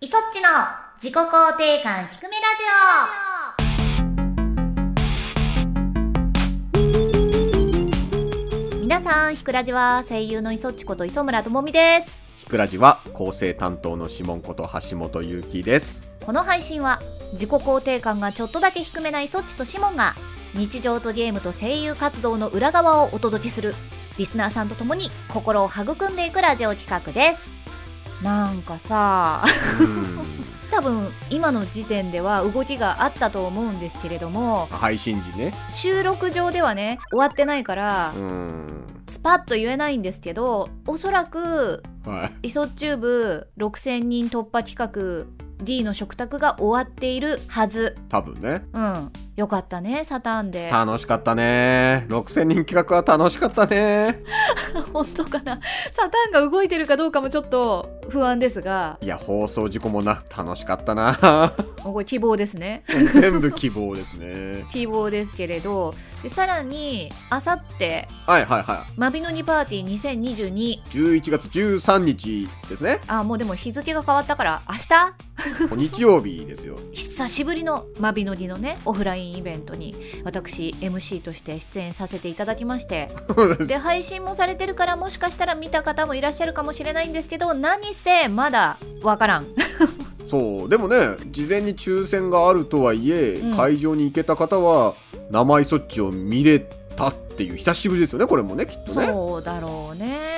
いそっちの自己肯定感低めラジオ皆さん、ひくラジは声優のいそっちこと磯村智美です。ひくらじは構成担当の指紋こと橋本ゆうきです。この配信は自己肯定感がちょっとだけ低めなイソッチとシモンが日常とゲームと声優活動の裏側をお届けするリスナーさんと共に心を育んでいくラジオ企画ですなんかさ多分今の時点では動きがあったと思うんですけれども配信時ね。収録上ではね終わってないからうん。スパッと言えないんですけどおそらくはい。イソチューブ6000人突破企画 D の食卓が終わっているはず多分ね。うん、よかったねサターンで楽しかったね。6000人企画は楽しかったね。本当かなサターンが動いてるかどうかもちょっと不安ですがいや、放送事故もな、楽しかった な。これ希望ですね 全部希望ですね。希望ですけれどでさらにあさってはいはいはマビノニパーティー2022い。11月13日ですね。あもうでも日付が変わったから明日曜日ですよ。日久しぶりのマビノニのねオフラインイベントに私 MC として出演させていただきまして で配信もされてるからもしかしたら見た方もいらっしゃるかもしれないんですけど何せまだわからんそうでもね事前に抽選があるとはいえ、うん会場に行けた方は生イソッチを見れたっていう久しぶりですよねこれもねきっとね そうだろうね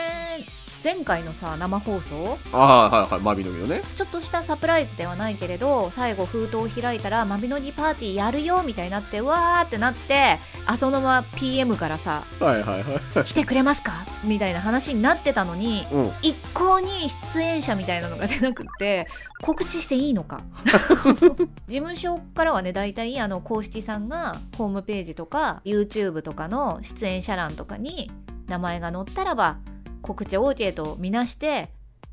前回のさ生放送ああはいはいマビノギのねちょっとしたサプライズではないけれど最後封筒を開いたら「マビノギパーティーやるよ」みたいになってわーってなってあそのまま PM からさはいはいはい「来てくれますか?」みたいな話になってたのにうん一向に出演者みたいなのが出なくって告知していいの か事務所からはね大体あの公式さんがホームページとか YouTube とかの出演者欄とかに名前が載ったらば告知 OK とみなして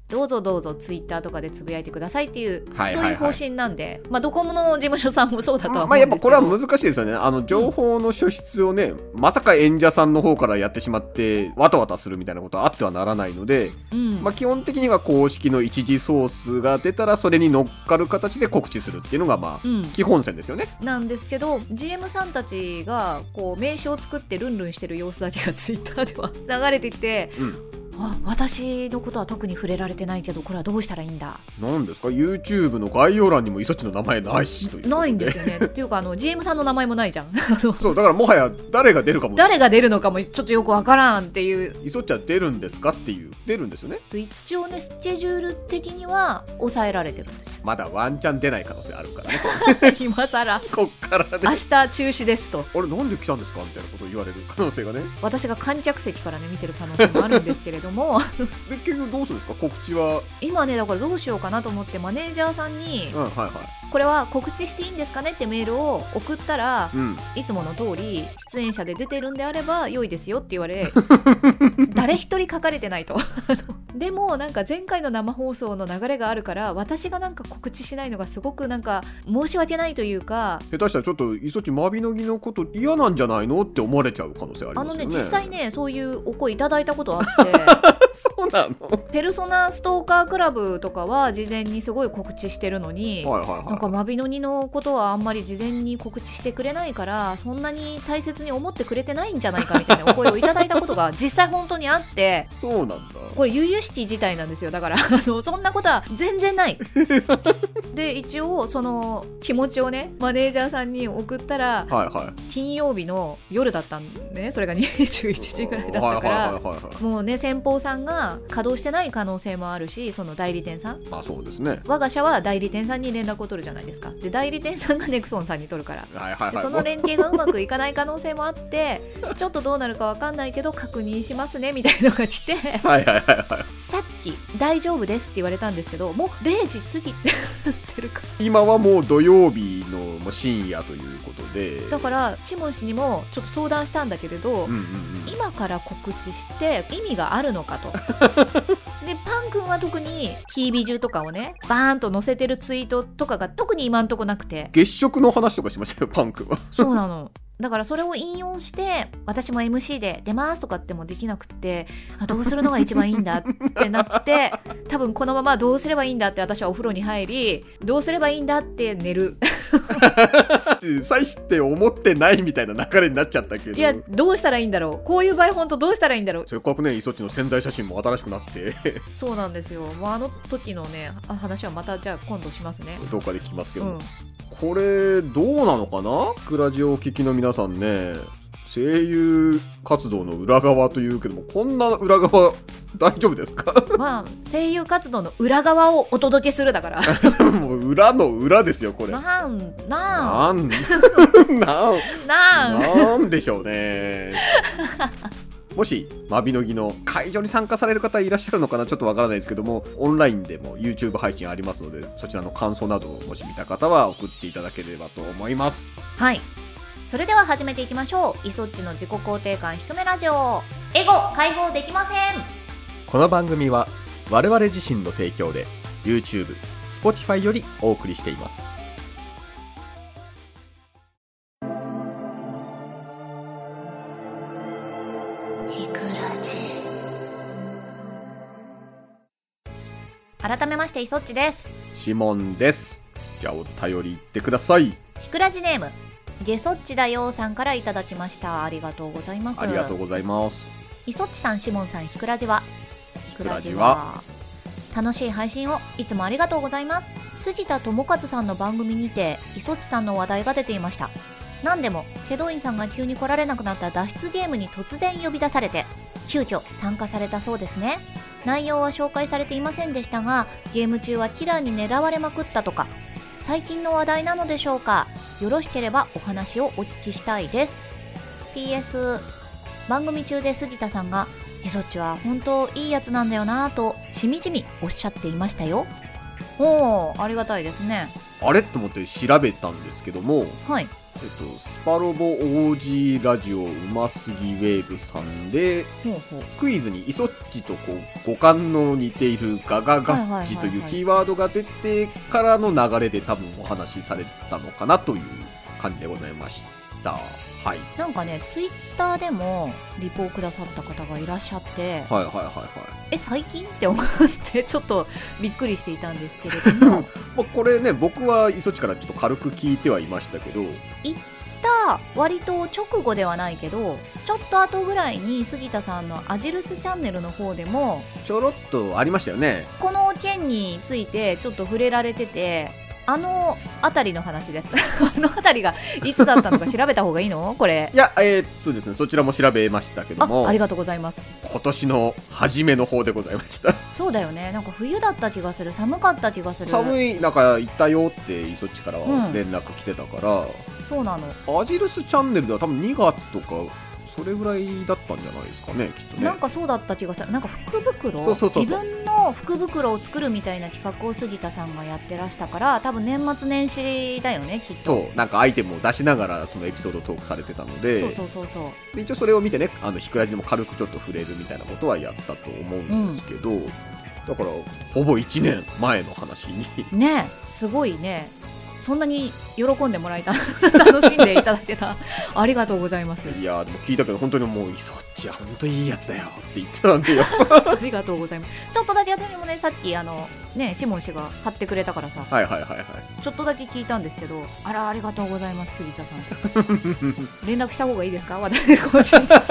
どうぞどうぞ Twitter とかでつぶやいてくださいっていう、はいはいはいそういう方針なんで、まあ、どこもの事務所さんもそうだとは思うんまあですやけど、っぱこれは難しいですよねあの情報の書出をね、まさか演者さんの方からやってしまってわたわたするみたいなことはあってはならないので、うんまあ、基本的には公式の一次ソースが出たらそれに乗っかる形で告知するっていうのがまあうん基本線ですよねなんですけど GM さんたちがこう名刺を作ってルンルンしてる様子だけがツイッターでは 流れてきて、うんあ私のことは特に触れられてないけどこれはどうしたらいいんだなんですか YouTube の概要欄にもイソッチの名前ないしということないんですよねっていうかあの GM さんの名前もないじゃん あのそうだからもはや誰が出るかも誰が出るのかもちょっとよくわからんっていうイソッチは出るんですかっていう出るんですよね一応ねスケジュール的には抑えられてるんですよまだワンチャン出ない可能性あるから ね今更こっから明ね日中止ですとあれなんで来たんですかみたいなことを言われる可能性がね私が観客席からね見てる可能性もあるんですけれどもで結局どうするんですか告知は今ねだからどうしようかなと思ってマネージャーさんにうんはいはいこれは告知していいんですかねってメールを送ったらうんいつもの通り出演者で出てるんであれば良いですよって言わ れ誰一人書かれてないと あのでもなんか前回の生放送の流れがあるから私がなんか告知しないのがすごくなんか申し訳ないというか下手したらちょっとイソッチマビノギのこと嫌なんじゃないのって思われちゃう可能性ありあますのよねね実際ねそういうお声いただいたことあって そうなのはペルソナストーカークラブとかは事前にすごい告知してるのに、いはいはいなんかマビノニのことはあんまり事前に告知してくれないからそんなに大切に思ってくれてないんじゃないかみたいなお 声をいただいたことが実際本当にあってそう なんだこれ悠々しき自体なんですよだからあのそんなことは全然 ないで一応その気持ちをねマネージャーさんに送ったらはいはい金曜日の夜だったんねそれが21時ぐらいだったかはいはらいはいはいはもうね先方さんが稼働してない可能性もあるしその代理店さんいまあそうですね我が社は代理店さんに連絡を取るじゃないですかで代理店さんがネクソンさんに取るからはいはいではいその連携がうまくいかない可能性もあって ちょっとどうなるかわかんないけど確認しますねみたいのが来 てはいはいはいはいさっき「大丈夫です」って言われたんですけどもう0時過ぎてなってるから今はもう土曜日のもう深夜ということでだからシモン氏にもちょっと相談したんだけれどうんうんうん今から告知して意味があるの かと。でパン君は特にキービジュとかをねバーンと載せてるツイートとかが特に今んとこなくて月食の話とかしましたよパンクは そうなのだからそれを引用して私も MC で出ますとかってもできなくってあどうするのが一番いいんだってなって多分このままどうすればいいんだって私はお風呂に入りどうすればいいんだって寝る最して思ってないみたいな流れになっちゃったけどいやどうしたらいいんだろうこういう場合本当どうしたらいいんだろうせっかくねイソッチの潜在写真も新しくなって そうなんですよもうあの時のねあ話はまたじゃあ今度しますねどうかで聞きますけうど、んこれどうなのかなクラジオをお聞きの皆さんね声優活動の裏側というけどもこんな裏側大丈夫ですか まあ声優活動の裏側をお届けするだからもう裏の裏ですよこれなんななんん なんなんなんでしょうね。もし、マビノギの会場に参加される方いらっしゃるのかなちょっとわからないですけども、オンラインでも YouTube 配信ありますので、そちらの感想などをもし見た方は送っていただければと思います。はいそれでは始めていきましょうイソッチの自己肯定感低めラジオエゴ解放できませんこの番組は、我々自身の提供で、YouTube、Spotify よりお送りしています。いくらじ改めましてイソッチですシモンです。じゃあ、お便り言ってください。ひくらじネームゲソッチだよーさんからいただきましたありがとうございますありがとうございます。イソッチさんシモンさんひくらじはひくらじは楽しい配信をいつもありがとうございます辻田智和さんの番組にてイソッチさんの話題が出ていました何でも祁答院さんが急に来られなくなった脱出ゲームに突然呼び出されて急遽参加されたそうですね内容は紹介されていませんでしたがゲーム中はキラーに狙われまくったとか最近の話題なのでしょうかよろしければお話をお聞きしたいです PS 番組中で杉田さんが「イソッチは本当いいやつなんだよなぁ」としみじみおっしゃっていましたよおおありがたいですねあれと思って調べたんですけども、はいえっと、スパロボ OG ラジオうますぎウェーブさんで、ほうほうクイズにイソッチとこう五感の似ているガガガッチというキーワードが出てからの流れで多分お話しされたのかなという感じでございました。はい。なんかねツイッターでもリポをくださった方がいらっしゃってはいはいはいはえ最近って思って ちょっとびっくりしていたんですけれど もい。まあ、これね、僕はイソッチからちょっと軽く聞いてはいましたけど、た割と直後ではないけどちょっと後ぐらいに杉田さんのアジルスチャンネルの方でもちょろっとありましたよね。この件についてちょっと触れられててあの辺りの話です あの辺りがいつだったのか調べた方がいいのこれいや、えーっとですね、そちらも調べましたけどあもあり、がとうございます今年の初めの方でございました。そうだよねなんか冬だった気がする寒かった気がする寒い中行ったよってそっちからは連絡来てたから、そうなの、アジルスチャンネルでは多分2月とかそれぐらいだったんじゃないですかねきっとねなんかそうだった気がするなんか福袋そうそうそうそう自分の福袋を作るみたいな企画を杉田さんがやってらしたから多分年末年始だよねきっとそうなんかアイテムを出しながらそのエピソードトークされてたのでそうそうそうそうで一応それを見てねあのひくらじでも軽くちょっと触れるみたいなことはやったと思うんですけど、だからほぼ1年前の話に ねえすごいねそんなに喜んでもらえた 楽しんでいただけたありがとうございますいやーでも聞いたけど本当にもういそっちは本当にいいやつだよって言ってたんでよありがとうございますちょっとだけ私もねさっきあのねシモン氏が貼ってくれたからさ はいはいはいはいちょっとだけ聞いたんですけどあらありがとうございます杉田さん連絡した方がいいですか私個人的に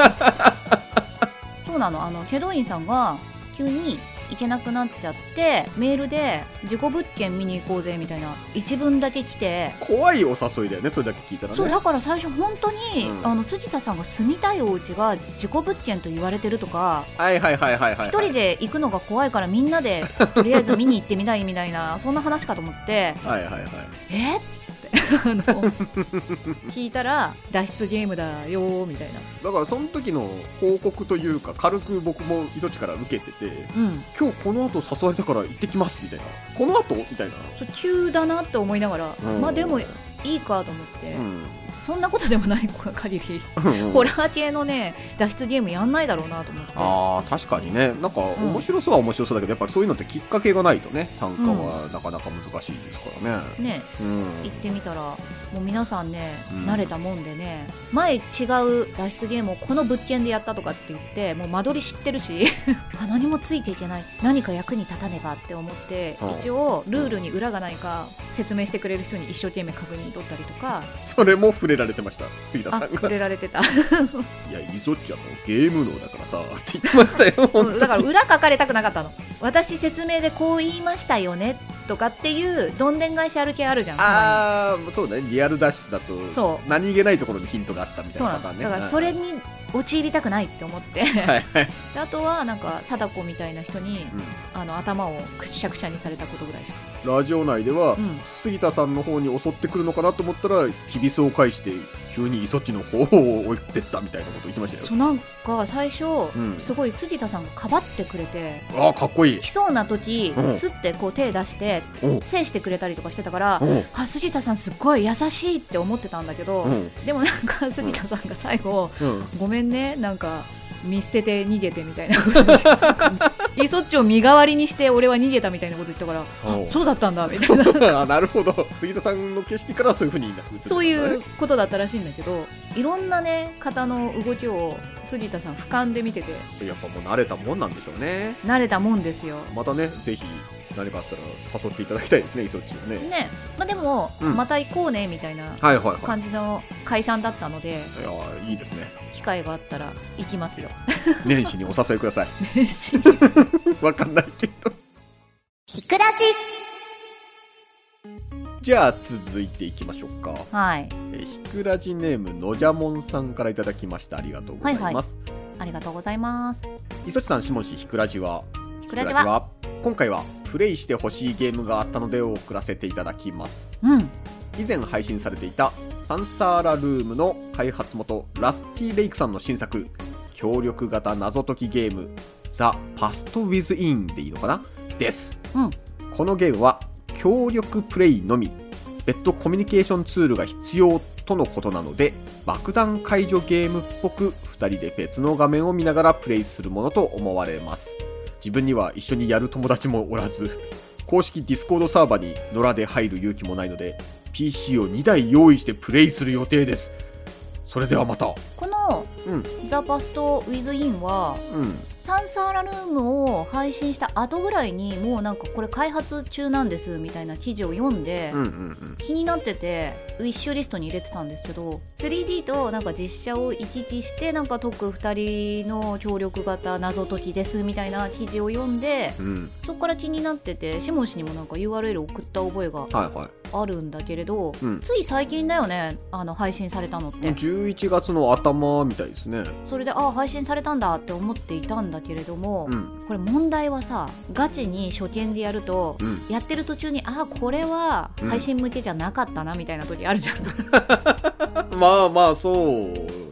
そうなのあの祁答院さんが急に行けなくなっちゃってメールで「事故物件見に行こうぜ」みたいな一文だけ来て 怖いお誘いだよねそれだけ聞いたらねそうだから最初本当に、うんあの杉田さんが住みたいお家が事故物件と言われてるとかはいはいはいはいはい、はい、一、人で行くのが怖いからみんな でとりあえず見に行ってみたいみたいなそんな話かと思ってはいはいはいえって あの聞いたら脱出ゲームだよーみたいなだからその時の報告というか軽く僕も磯地から受けててうん今日この後誘われたから行ってきますみたいなこの後みたいな、そう急だなって思いながら、 うんまあでもいいかと思って、うんそんなことでもない限りうんうんホラー系のね脱出ゲームやんないだろうなと思ってあー確かにねなんかん面白そうは面白そうだけど、やっぱそういうのってきっかけがないとね参加はなかなか難しいですからね、ねうん行ってみたらもう皆さんね、うん慣れたもんでね前違う脱出ゲームをこの物件でやったとかって言ってもう間取り知ってるし あ何もついていけない何か役に立たねばって思ってうん一応ルールに裏がないか説明してくれる人に一生懸命確認取ったりとかそれも触れられてました杉田あさんが触れられてた「いやいぞっちゃんもゲーム脳だからさ」って言ってましたよ 本当うんにだから裏書かれたくなかったの私説明でこう言いましたよねとかっていうどんでん返し歩きあるじゃんたまにああそうだねリアル脱出だとそう何気ないところにヒントがあったみたいそうななパんタだーンねだからそれうんに陥りたくないって思ってはいはい、であとはなんか貞子みたいな人にうんあの頭をくしゃくしゃにされたことぐらいしか、ラジオ内では、うん杉田さんの方に襲ってくるのかなと思ったらきびすを返して急にイソッチの方を追ってったみたいなこと言ってましたそようなんか最初、んすごい杉田さんがかばってくれてああかっこいい来そうな時うんすってこう手出しておう制してくれたりとかしてたからおうあ杉田さんすっごい優しいって思ってたんだけど、うんでもなんか杉田さんが最後、うんごめんねなんか見捨てて逃げてみたい なこと言ってたイソッチを身代わりにして俺は逃げたみたいなこと言ったからおうそうだったんだみたいな あなるほど杉田さんの景色からはそういうふうに映ってたんだねそういうことだったらしいんだけどいろんなね方の動きを杉田さん俯瞰で見ててやっぱもう慣れたもんなんでしょうね慣れたもんですよ。またねぜひ何かあったら誘っていただきたいですねイソッチをねねまあ、でも、うんまた行こうねみたいなはいはいはい感じの解散だったのでいやーいいですね機会があったら行 きますよ。 年始にお誘いください わかんないけどひくらじじゃあ続いていきましょうかはいえーひくらじネームのじゃもんさんからいただきましたありがとうございます、ありがとうございます。磯地さんしもしひくらじはひくらじはひ今回はプレイしてほしいゲームがあったので送らせていただきますうん以前配信されていたサンサーラルームの開発元ラスティ・レイクさんの新作協力型謎解きゲームザ・パスト・ウィズ・インでいいのかなですうんこのゲームは協力プレイのみ別途コミュニケーションツールが必要とのことなので爆弾解除ゲームっぽく2人で別の画面を見ながらプレイするものと思われます自分には一緒にやる友達もおらず公式ディスコードサーバーに野良で入る勇気もないので PC を2台用意してプレイする予定ですそれではまたこのうん「ザ・パスト・ウィズ・イン」はうんサンサーラルームを配信した後ぐらいにもうなんかこれ開発中なんですみたいな記事を読んで、うんうん気になっててウィッシュリストに入れてたんですけど 3D となんか実写を行き来してなんか解く2人の協力型謎解きですみたいな記事を読んでうんうんそこから気になっててシモン氏にもなんか URL 送った覚えがはいはいあるんだけれど、うんつい最近だよねあの配信されたのって、 11月の頭みたいですねそれでああ配信されたんだって思っていたんだけれども、うん これ問題はさガチに初見でやると、うんやってる途中にああこれはうん配信向けじゃなかったなみたいな時あるじゃん、まあまあそ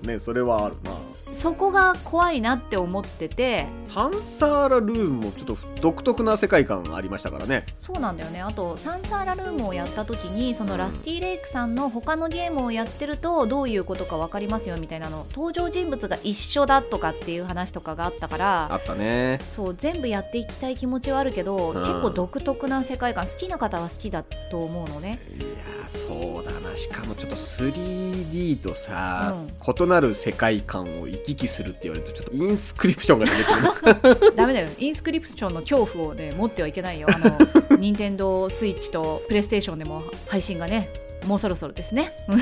うねそれはあるなそこが怖いなって思っててサンサーラルームもちょっと独特な世界観がありましたからねそうなんだよねあとサンサーラルームをやった時にそのうんラスティレイクさんの他のゲームをやってるとどういうことか分かりますよみたいなの登場人物が一緒だとかっていう話とかがあったからったねそう全部やっていきたい気持ちはあるけど、ん結構独特な世界観好きな方は好きだと思うのね いやーそうだなしかもちょっと 3D とさ、う異なる世界観を行き来するって言われるとちょっとインスクリプションが出てくるねダメだよインスクリプションの恐怖をね持ってはいけないよあの任天堂スイッチとプレイステーションでも配信がねもうそろそろですねもう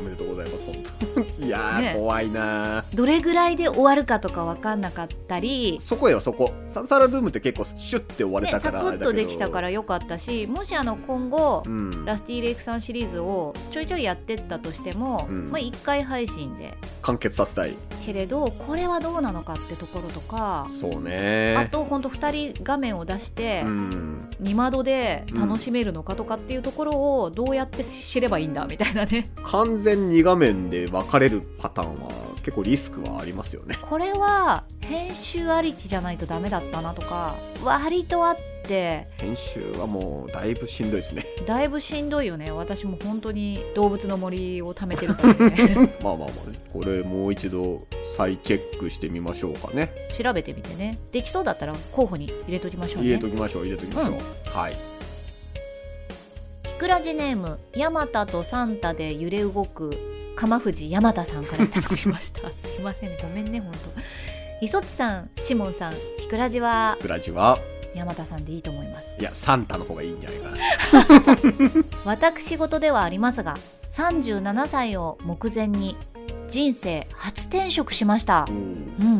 おめでとうございます本 当いやー、ね怖いなーどれぐらいで終わるかとか分かんなかったり、そこよそこサンサーラルームって結構シュッて終われね、たサかクらあれッだけどとできたから良かったしもしあの今後、うんラスティレイクさんシリーズをちょいちょいやってったとしても、うんまあ、1回配信で完結させたいけれどこれはどうなのかってところとか、そうあねとほんと2人画面を出して、うん二窓で楽しめるのかとかっていうところをどうやって知ればいいんだみたいなね完全2画面で分かれるパターンは結構リスクはありますよねこれは編集ありきじゃないとダメだったなとか割とあっって編集はもうだいぶしんどいですね だいぶしんどいよね私も本当に動物の森を貯めてるから ねまあまあまあねこれもう一度再チェックしてみましょうかね調べてみてねできそうだったら候補に入れときましょう入れねときましょう入れときましょう、うんはいひくらじネームヤマタとサンタで揺れ動く鎌藤ヤマタさんからいただきました すいませんねごめんね本当いそっちさんシモンさんひくらじはブラジはヤマタさんでいいと思いますいやサンタの方がいいんじゃないかな私事ではありますが37歳を目前に人生初転職しましたうんう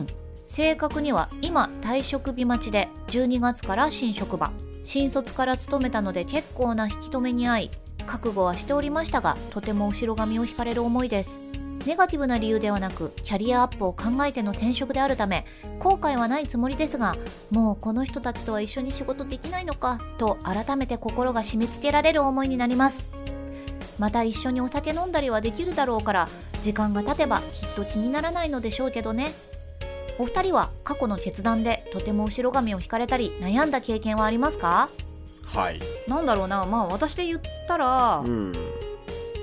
ん正確には今退職日待ちで12月から新職場新卒から勤めたので結構な引き止めに遭い覚悟はしておりましたがとても後ろ髪を引かれる思いですネガティブな理由ではなくキャリアアップを考えての転職であるため後悔はないつもりですがもうこの人たちとは一緒に仕事できないのかと改めて心が締め付けられる思いになりますまた一緒にお酒飲んだりはできるだろうから時間が経てばきっと気にならないのでしょうけどねお二人は過去の決断でとても後ろ髪を引かれたり悩んだ経験はありますかはいなんだろうなまあ私で言ったら、うん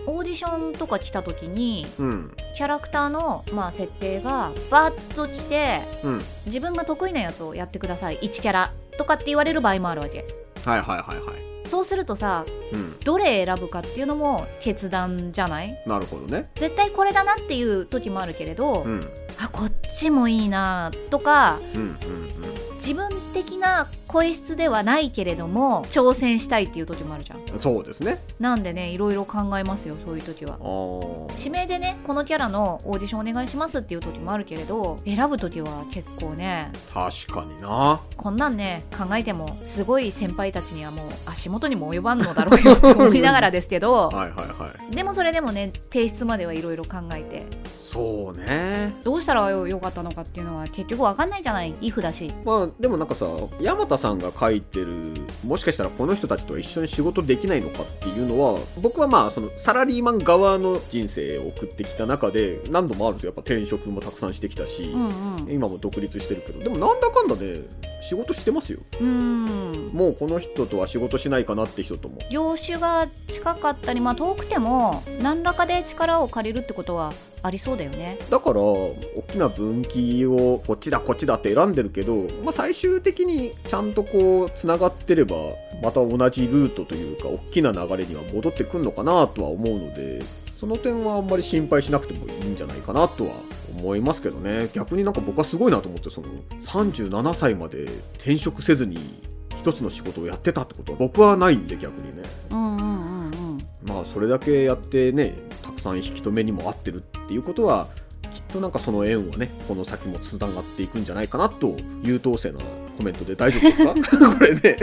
オーディションとか来た時にうんキャラクターの、まあ、設定がバーッと来てうん自分が得意なやつをやってください1キャラとかって言われる場合もあるわけはいはいはいはいそうするとさうんどれ選ぶかっていうのも決断じゃないなるほどね絶対これだなっていう時もあるけれど、うんあこっちもいいなとかうんうん自分的な声質ではないけれども挑戦したいっていう時もあるじゃんうんそうですねなんでねいろいろ考えますよそういう時はあー指名でねこのキャラのオーディションお願いしますっていう時もあるけれど選ぶ時は結構ね確かになこんなんね考えてもすごい先輩たちにはもう足元にも及ばんのだろうよって思いながらですけ どはいはいはいでもそれでもね提出まではいろいろ考えてそうねどうしたらよよかったのかっていうのは結局わかんないじゃないイフだしまあでもなんかさ山田さんが書いてるもしかしたらこの人たちと一緒に仕事できないのかっていうのは僕はまあそのサラリーマン側の人生を送ってきた中で何度もあるんですよやっぱ転職もたくさんしてきたし、うんうん今も独立してるけどでもなんだかんだで仕事してますようんもうこの人とは仕事しないかなって人とも業種が近かったり、まあ、遠くても何らかで力を借りるってことはありそうだよね。だから大きな分岐をこっちだこっちだって選んでるけど、まあ、最終的にちゃんとこうつながってればまた同じルートというか大きな流れには戻ってくんのかなとは思うのでその点はあんまり心配しなくてもいいんじゃないかなとは思いますけどね逆になんか僕はすごいなと思ってその37歳まで転職せずに一つの仕事をやってたってことは僕はないんで逆にねうんうんうんうんまあそれだけやってねたくさん引き止めにも合ってるっていうことはきっとなんかその縁はねこの先もつながっていくんじゃないかなと優等生なコメントで大丈夫 ですかこれね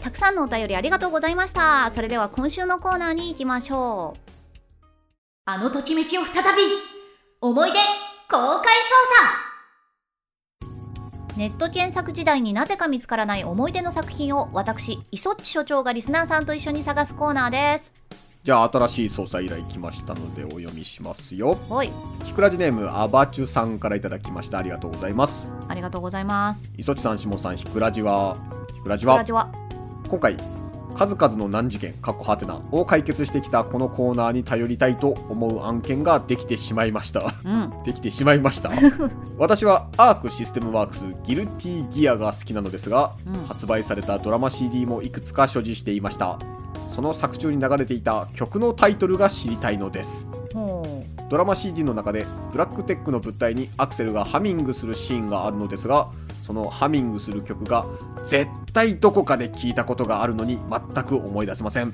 たくさんのお便りありがとうございましたそれでは今週のコーナーに行きましょうあのときめきを再び思い出公開捜査ネット検索時代になぜか見つからない思い出の作品を私磯っち所長がリスナーさんと一緒に探すコーナーですじゃあ新しい捜査依頼来ましたのでお読みしますよおいひくらじネームアバチュさんからいただきましたありがとうございますありがとうございます磯地さん下さんひくらじはひくらじこんはにちは今回数々の難事件過去ハテナを解決してきたこのコーナーに頼りたいと思う案件ができてしまいましたうんできてしまいました私はアークシステムワークスギルティギアが好きなのですが、うん発売されたドラマ CD もいくつか所持していましたその作中に流れていた曲のタイトルが知りたいのですほうドラマ CD の中でブラックテックの物体にアクセルがハミングするシーンがあるのですがそのハミングする曲が絶対どこかで聞いたことがあるのに全く思い出せません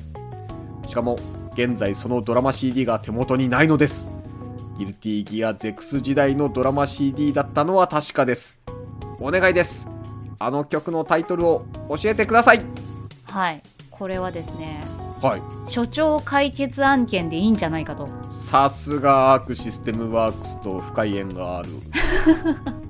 しかも現在そのドラマ CD が手元にないのですギルティギアゼクス時代のドラマ CD だったのは確かですお願いですあの曲のタイトルを教えてくださいはいこれはですねはい所長解決案件でいいんじゃないかとさすがアークシステムワークスと深い縁がある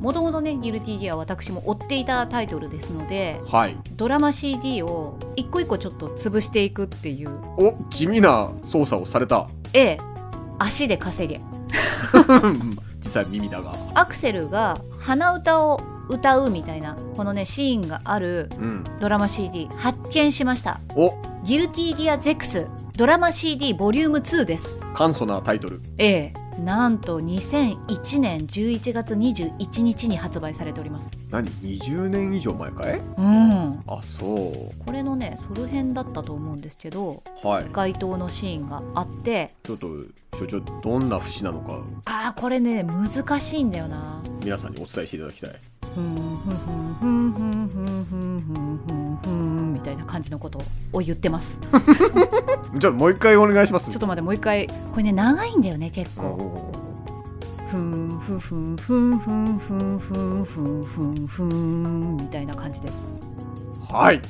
もともとね「ギルティギア」私も追っていたタイトルですのではいドラマ CD を一個一個ちょっと潰していくっていうお地味な操作をされた A 足で稼げ実際耳だがアクセルが鼻歌を歌うみたいなこのねシーンがあるうん。ドラマ CD 発見しましたお「ギルティギアゼックスドラマ CD ボリューム2です簡素なタイトル。ええなんと2001年11月21日に発売されております何 ?20 年以上前かいうんあ、そう。これのねソル編だったと思うんですけどはい。街頭のシーンがあってちょっと、所長、どんな節なのか、あーこれね難しいんだよな皆さんにお伝えしていただきたい。ふんふんふんふんふんふんふんふんふんふんみたいな感じのことを言ってますちょじゃあ、もう一回お願いします。っと待ってもう一回これね長いんだよね結うん構うんうんふんふんふんふんふんふんふんふんふんふんみたいな感じですはい。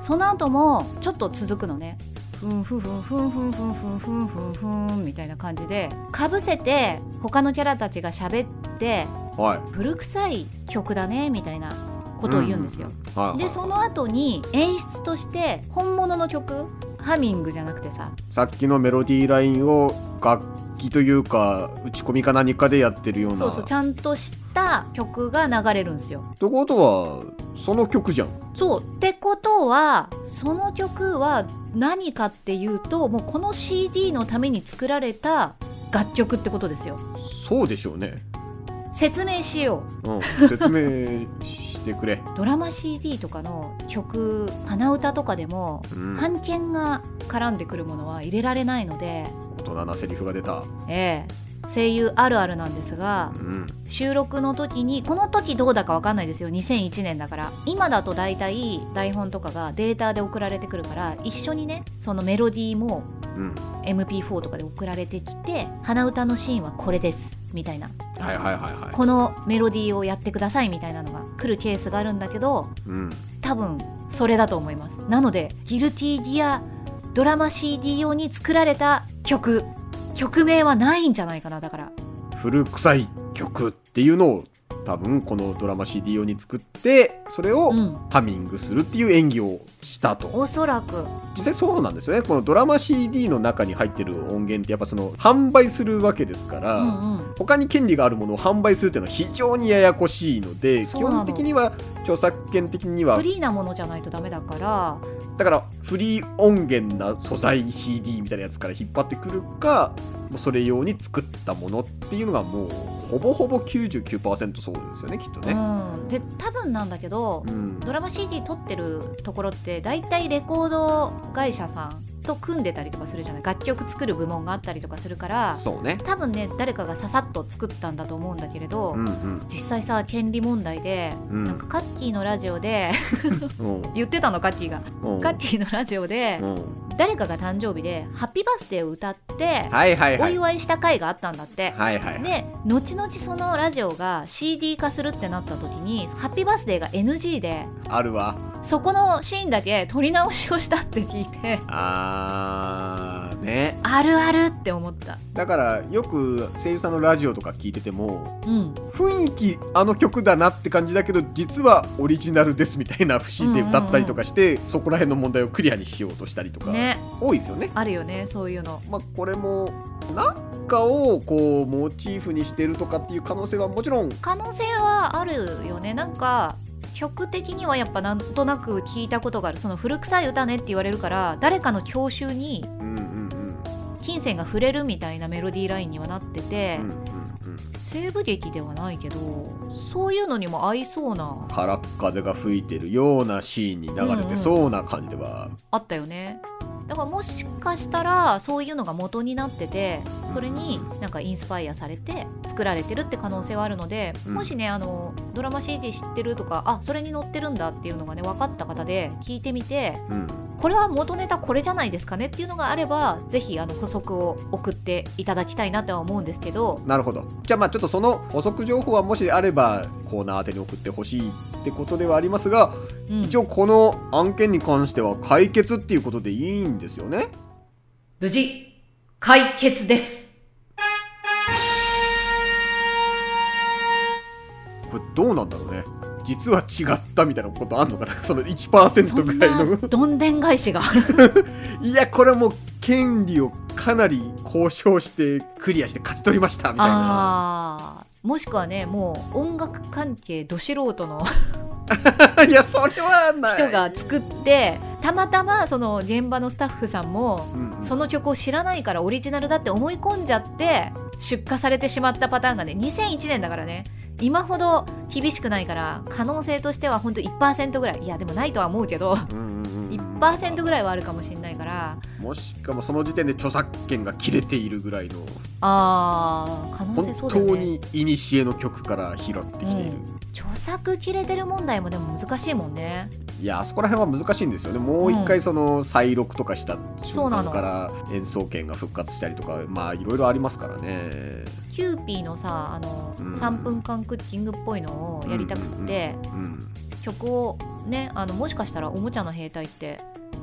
その後もちょっと続くのねふんふんふんふんふんふんふんふんふんふんみたいな感じでかぶせて他のキャラたちが喋ってはい。古臭い曲だねみたいなことを言うんですよ、はいはいはい。でその後に演出として本物の曲ハミングじゃなくてささっきのメロディーラインを楽器というか打ち込みか何かでやってるようなそうそうちゃんとした曲が流れるんですよ。ってことはその曲じゃんそうってことはその曲は何かっていうともうこの CD のために作られた楽曲ってことですよ。そうでしょうね、説明しようん、説明してくれう、ドラマ CD とかの曲鼻歌とかでもうん、大版権が絡んでくるものは入れられないので、人なセリフが出た、ええ、声優あるあるなんですがうん、収録の時にこの時どうだかわかんないですよ2001年だから今だと大体台本とかがデータで送られてくるから一緒にねそのメロディーもうん、 MP4 とかで送られてきて鼻歌のシーンはこれですみたいなはいはいはいはこのメロディーをやってくださいみたいなのが来るケースがあるんだけどい、うん、多分それだと思いますなのでギルティギアドラマ CD 用に作られた曲曲名はないんじゃないかなだから古臭い曲っていうのを多分このドラマ CD 用に作ってそれをうんハミングするっていう演技をしたと、おそらく実際そうなんですよねこのドラマ CD の中に入ってる音源ってやっぱその販売するわけですから、うんうん他に権利があるものを販売するっていうのは非常にややこしいので基そうな本の的には著作権的にはフリーなものじゃないとダメだからだからフリー音源な素材 CD みたいなやつから引っ張ってくるかもうそれ用に作ったものっていうのがもうほぼほぼ99%そうですよねきっとね。うん、で多分なんだけど、うんドラマ CD 撮ってるところって大体レコード会社さんと組んでたりとかするじゃない楽曲作る部門があったりとかするからそうね、多分ね誰かがささっと作ったんだと思うんだけれど、うんうん実際さ権利問題で、うんなんかカッキーのラジオで うん言ってたのカッキーが、うんカッキーのラジオで、うん誰かが誕生日で「ハッピーバースデー」を歌って、はいはいはいお祝いした回があったんだって。はいはいはいで後々そのラジオが CD 化するってなった時に「ハッピーバースデー」が NG であるわそこのシーンだけ撮り直しをしたって聞いてあーねあるあるって思っただからよく声優さんのラジオとか聞いててもうん雰囲気あの曲だなって感じだけど実はオリジナルですみたいな節で歌ったりとかして、そこら辺の問題をクリアにしようとしたりとか、ね多いですよね。あるよねそういうのまあ、これもなんかをこうモチーフにしてるとかっていう可能性はもちろん可能性はあるよねなんか曲的にはやっぱなんとなく聞いたことがあるその古臭い歌ねって言われるから誰かの郷愁にうんうんうん金銭が触れるみたいなメロディーラインにはなってて、うんうんうん西部劇ではないけどそういうのにも合いそうな空っ風が吹いてるようなシーンに流れてそうな感じでは、あったよねだからもしかしたらそういうのが元になっててそれになんかインスパイアされて作られてるって可能性はあるので、うんもしねあのドラマ CD 知ってるとかあそれに載ってるんだっていうのがね分かった方で聞いてみてうんこれは元ネタこれじゃないですかねっていうのがあればぜひあの補足を送っていただきたいなとは思うんですけどなるほどじゃあまあちょっとその補足情報はもしあればコーナー宛てに送ってほしいってことではありますがうん一応この案件に関しては解決っていうことでいいんですよね無事解決ですこれどうなんだろうね実は違ったみたいなことあんのかな その1%ぐらいのどんでん返しがいやこれもう権利をかなり交渉してクリアして勝ち取りましたみたいなあーもしくはねもう音楽関係ど素人の いやそれはない人が作ってたまたまその現場のスタッフさんもうんうんその曲を知らないからオリジナルだって思い込んじゃって出荷されてしまったパターンがね2001年だからね今ほど厳しくないから可能性としてはほんと1%ぐらいいやでもないとは思うけ どうんうんうんうん1%ぐらいはあるかもしれないからもしかもその時点で著作権が切れているぐらいのあー可能性そ本うだ当よねに古の曲から拾ってきている、う著作切れてる問題もでも難しいもんねいやあそこら辺は難しいんですよねもう一回その再録とかした瞬間から演奏権が復活したりとかまあいろいろありますからねキューピーのさあの、うん3分間クッキングっぽいのをやりたくって、うん曲をねあのもしかしたら「おもちゃの兵隊」って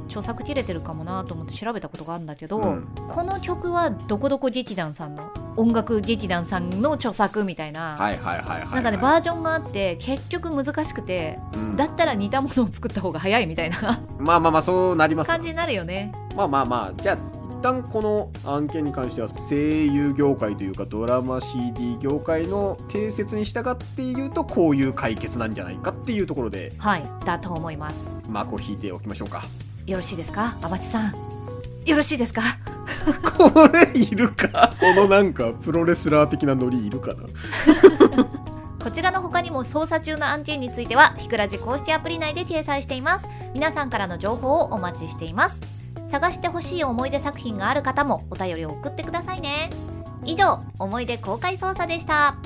著作切れてるかもなと思って調べたことがあるんだけど、うんこの曲はどこどこ劇団さんの音楽劇団さんの著作みたいな、はいはいはいはい、はい、なんかねバージョンがあって結局難しくてうんだったら似たものを作った方が早いみたいなまあまあまあそうなります感じになるよね。まあまあまあじゃあ一旦この案件に関しては声優業界というかドラマ CD 業界の定説に従って言うとこういう解決なんじゃないかっていうところではいだと思います。幕を引いておきましょうかよろしいですかあばちさんよろしいですかこれいるかこのなんかプロレスラー的なノリいるかなこちらの他にも捜査中の案件についてはひくらじ公式アプリ内で掲載しています皆さんからの情報をお待ちしています探してほしい思い出作品がある方もお便りを送ってくださいね以上思い出公開捜査でした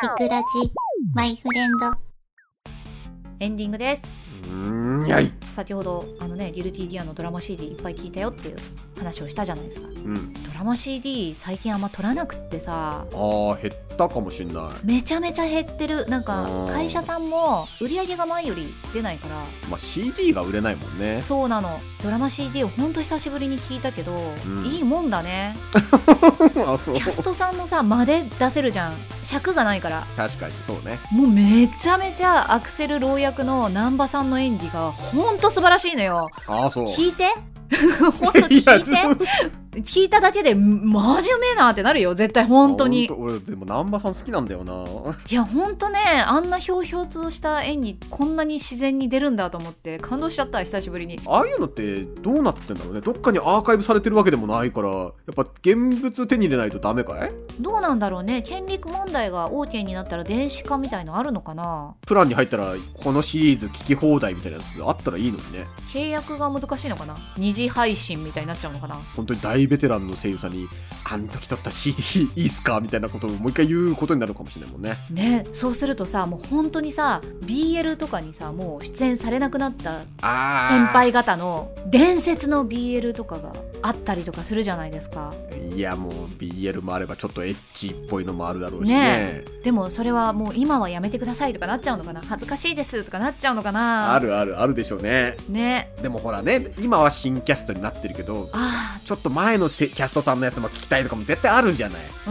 ひくらじ、マイフレンド。エンディングですうーんやい先ほどあのねギルティギアのドラマ CD いっぱい聞いたよっていう話をしたじゃないですかうんドラマ CD 最近あんま取らなくってさあー減ったかもしんないめちゃめちゃ減ってるなんかうん会社さんも売り上げが前より出ないからまあ CD が売れないもんねそうなのドラマ CD をほんと久しぶりに聞いたけど、んいいもんだね あそうキャストさんのさ間で出せるじゃん尺がないから確かにそうねもうめちゃめちゃアクセル老役の難波さんの演技がほんと素晴らしいのよああそう聞い て ほんと聞いいやずて聞いただけでん真面目なってなるよ絶対本当にほんと俺でも南波さん好きなんだよない やほんとねあんなひょうひょうとした演技こんなに自然に出るんだと思って感動しちゃった久しぶりにああいうのってどうなってんだろうねどっかにアーカイブされてるわけでもないからやっぱ現物手に入れないとダメかいどうなんだろうね権利問題が OK になったら電子化みたいのあるのかなプランに入ったらこのシリーズ聞き放題みたいなやつあったらいいのにね契約が難しいのかな二次配信みたいになっちゃうのかな本当に大ベテランの声優さんに「あん時撮った CD いいっすか?」みたいなことをもう一回言うことになるかもしれないもんねねそうするとさもう本当にさ BL とかにさもう出演されなくなったああ先輩方の伝説の BL とかがあったりとかするじゃないですかいやもう BL もあればちょっとエッチっぽいのもあるだろうしねねでもそれはもう今はやめてくださいとかなっちゃうのかな恥ずかしいですとかなっちゃうのかなあるあるあるでしょうねねでもほらね今は新キャストになってるけどあちょっと前のせキャストさんのやつも聞きたいとかも絶対あるじゃないあ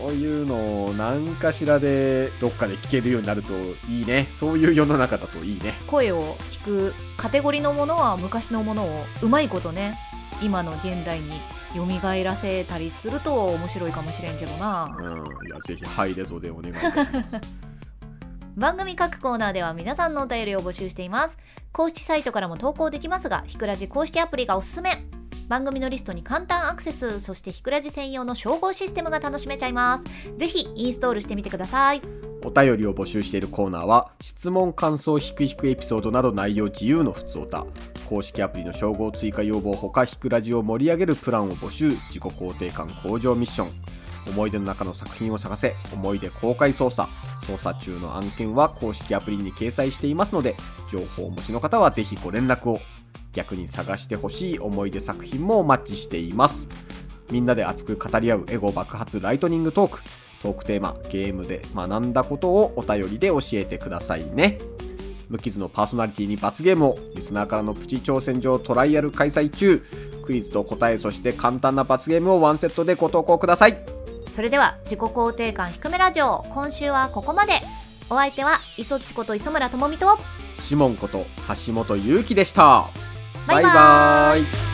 うんうんこういうのを何かしらでどっかで聞けるようになるといいねそういう世の中だといいね声を聞くカテゴリーのものは昔のものをうまいことね今の現代に蘇らせたりすると面白いかもしれんけどなうんいやぜひハイレゾでお願いいたします番組各コーナーでは皆さんのお便りを募集しています公式サイトからも投稿できますがひくらじ公式アプリがおすすめ番組のリストに簡単アクセスそしてひくらじ専用の称号システムが楽しめちゃいますぜひインストールしてみてくださいお便りを募集しているコーナーは質問感想ひくひくエピソードなど内容自由のふつおた公式アプリの称号追加要望ほかひくラジを盛り上げるプランを募集自己肯定感向上ミッション思い出の中の作品を探せ思い出公開捜査捜査中の案件は公式アプリに掲載していますので情報をお持ちの方はぜひご連絡を逆に探してほしい思い出作品もお待ちしていますみんなで熱く語り合うエゴ爆発ライトニングトークトークテーマゲームで学んだことをお便りで教えてくださいね無傷のパーソナリティに罰ゲームをリスナーからのプチ挑戦状トライアル開催中クイズと答えそして簡単な罰ゲームをワンセットでご投稿くださいそれでは自己肯定感低めラジオ今週はここまでお相手は磯っちこと磯村智美とシモンこと橋本ゆうきでしたバイババイバーイ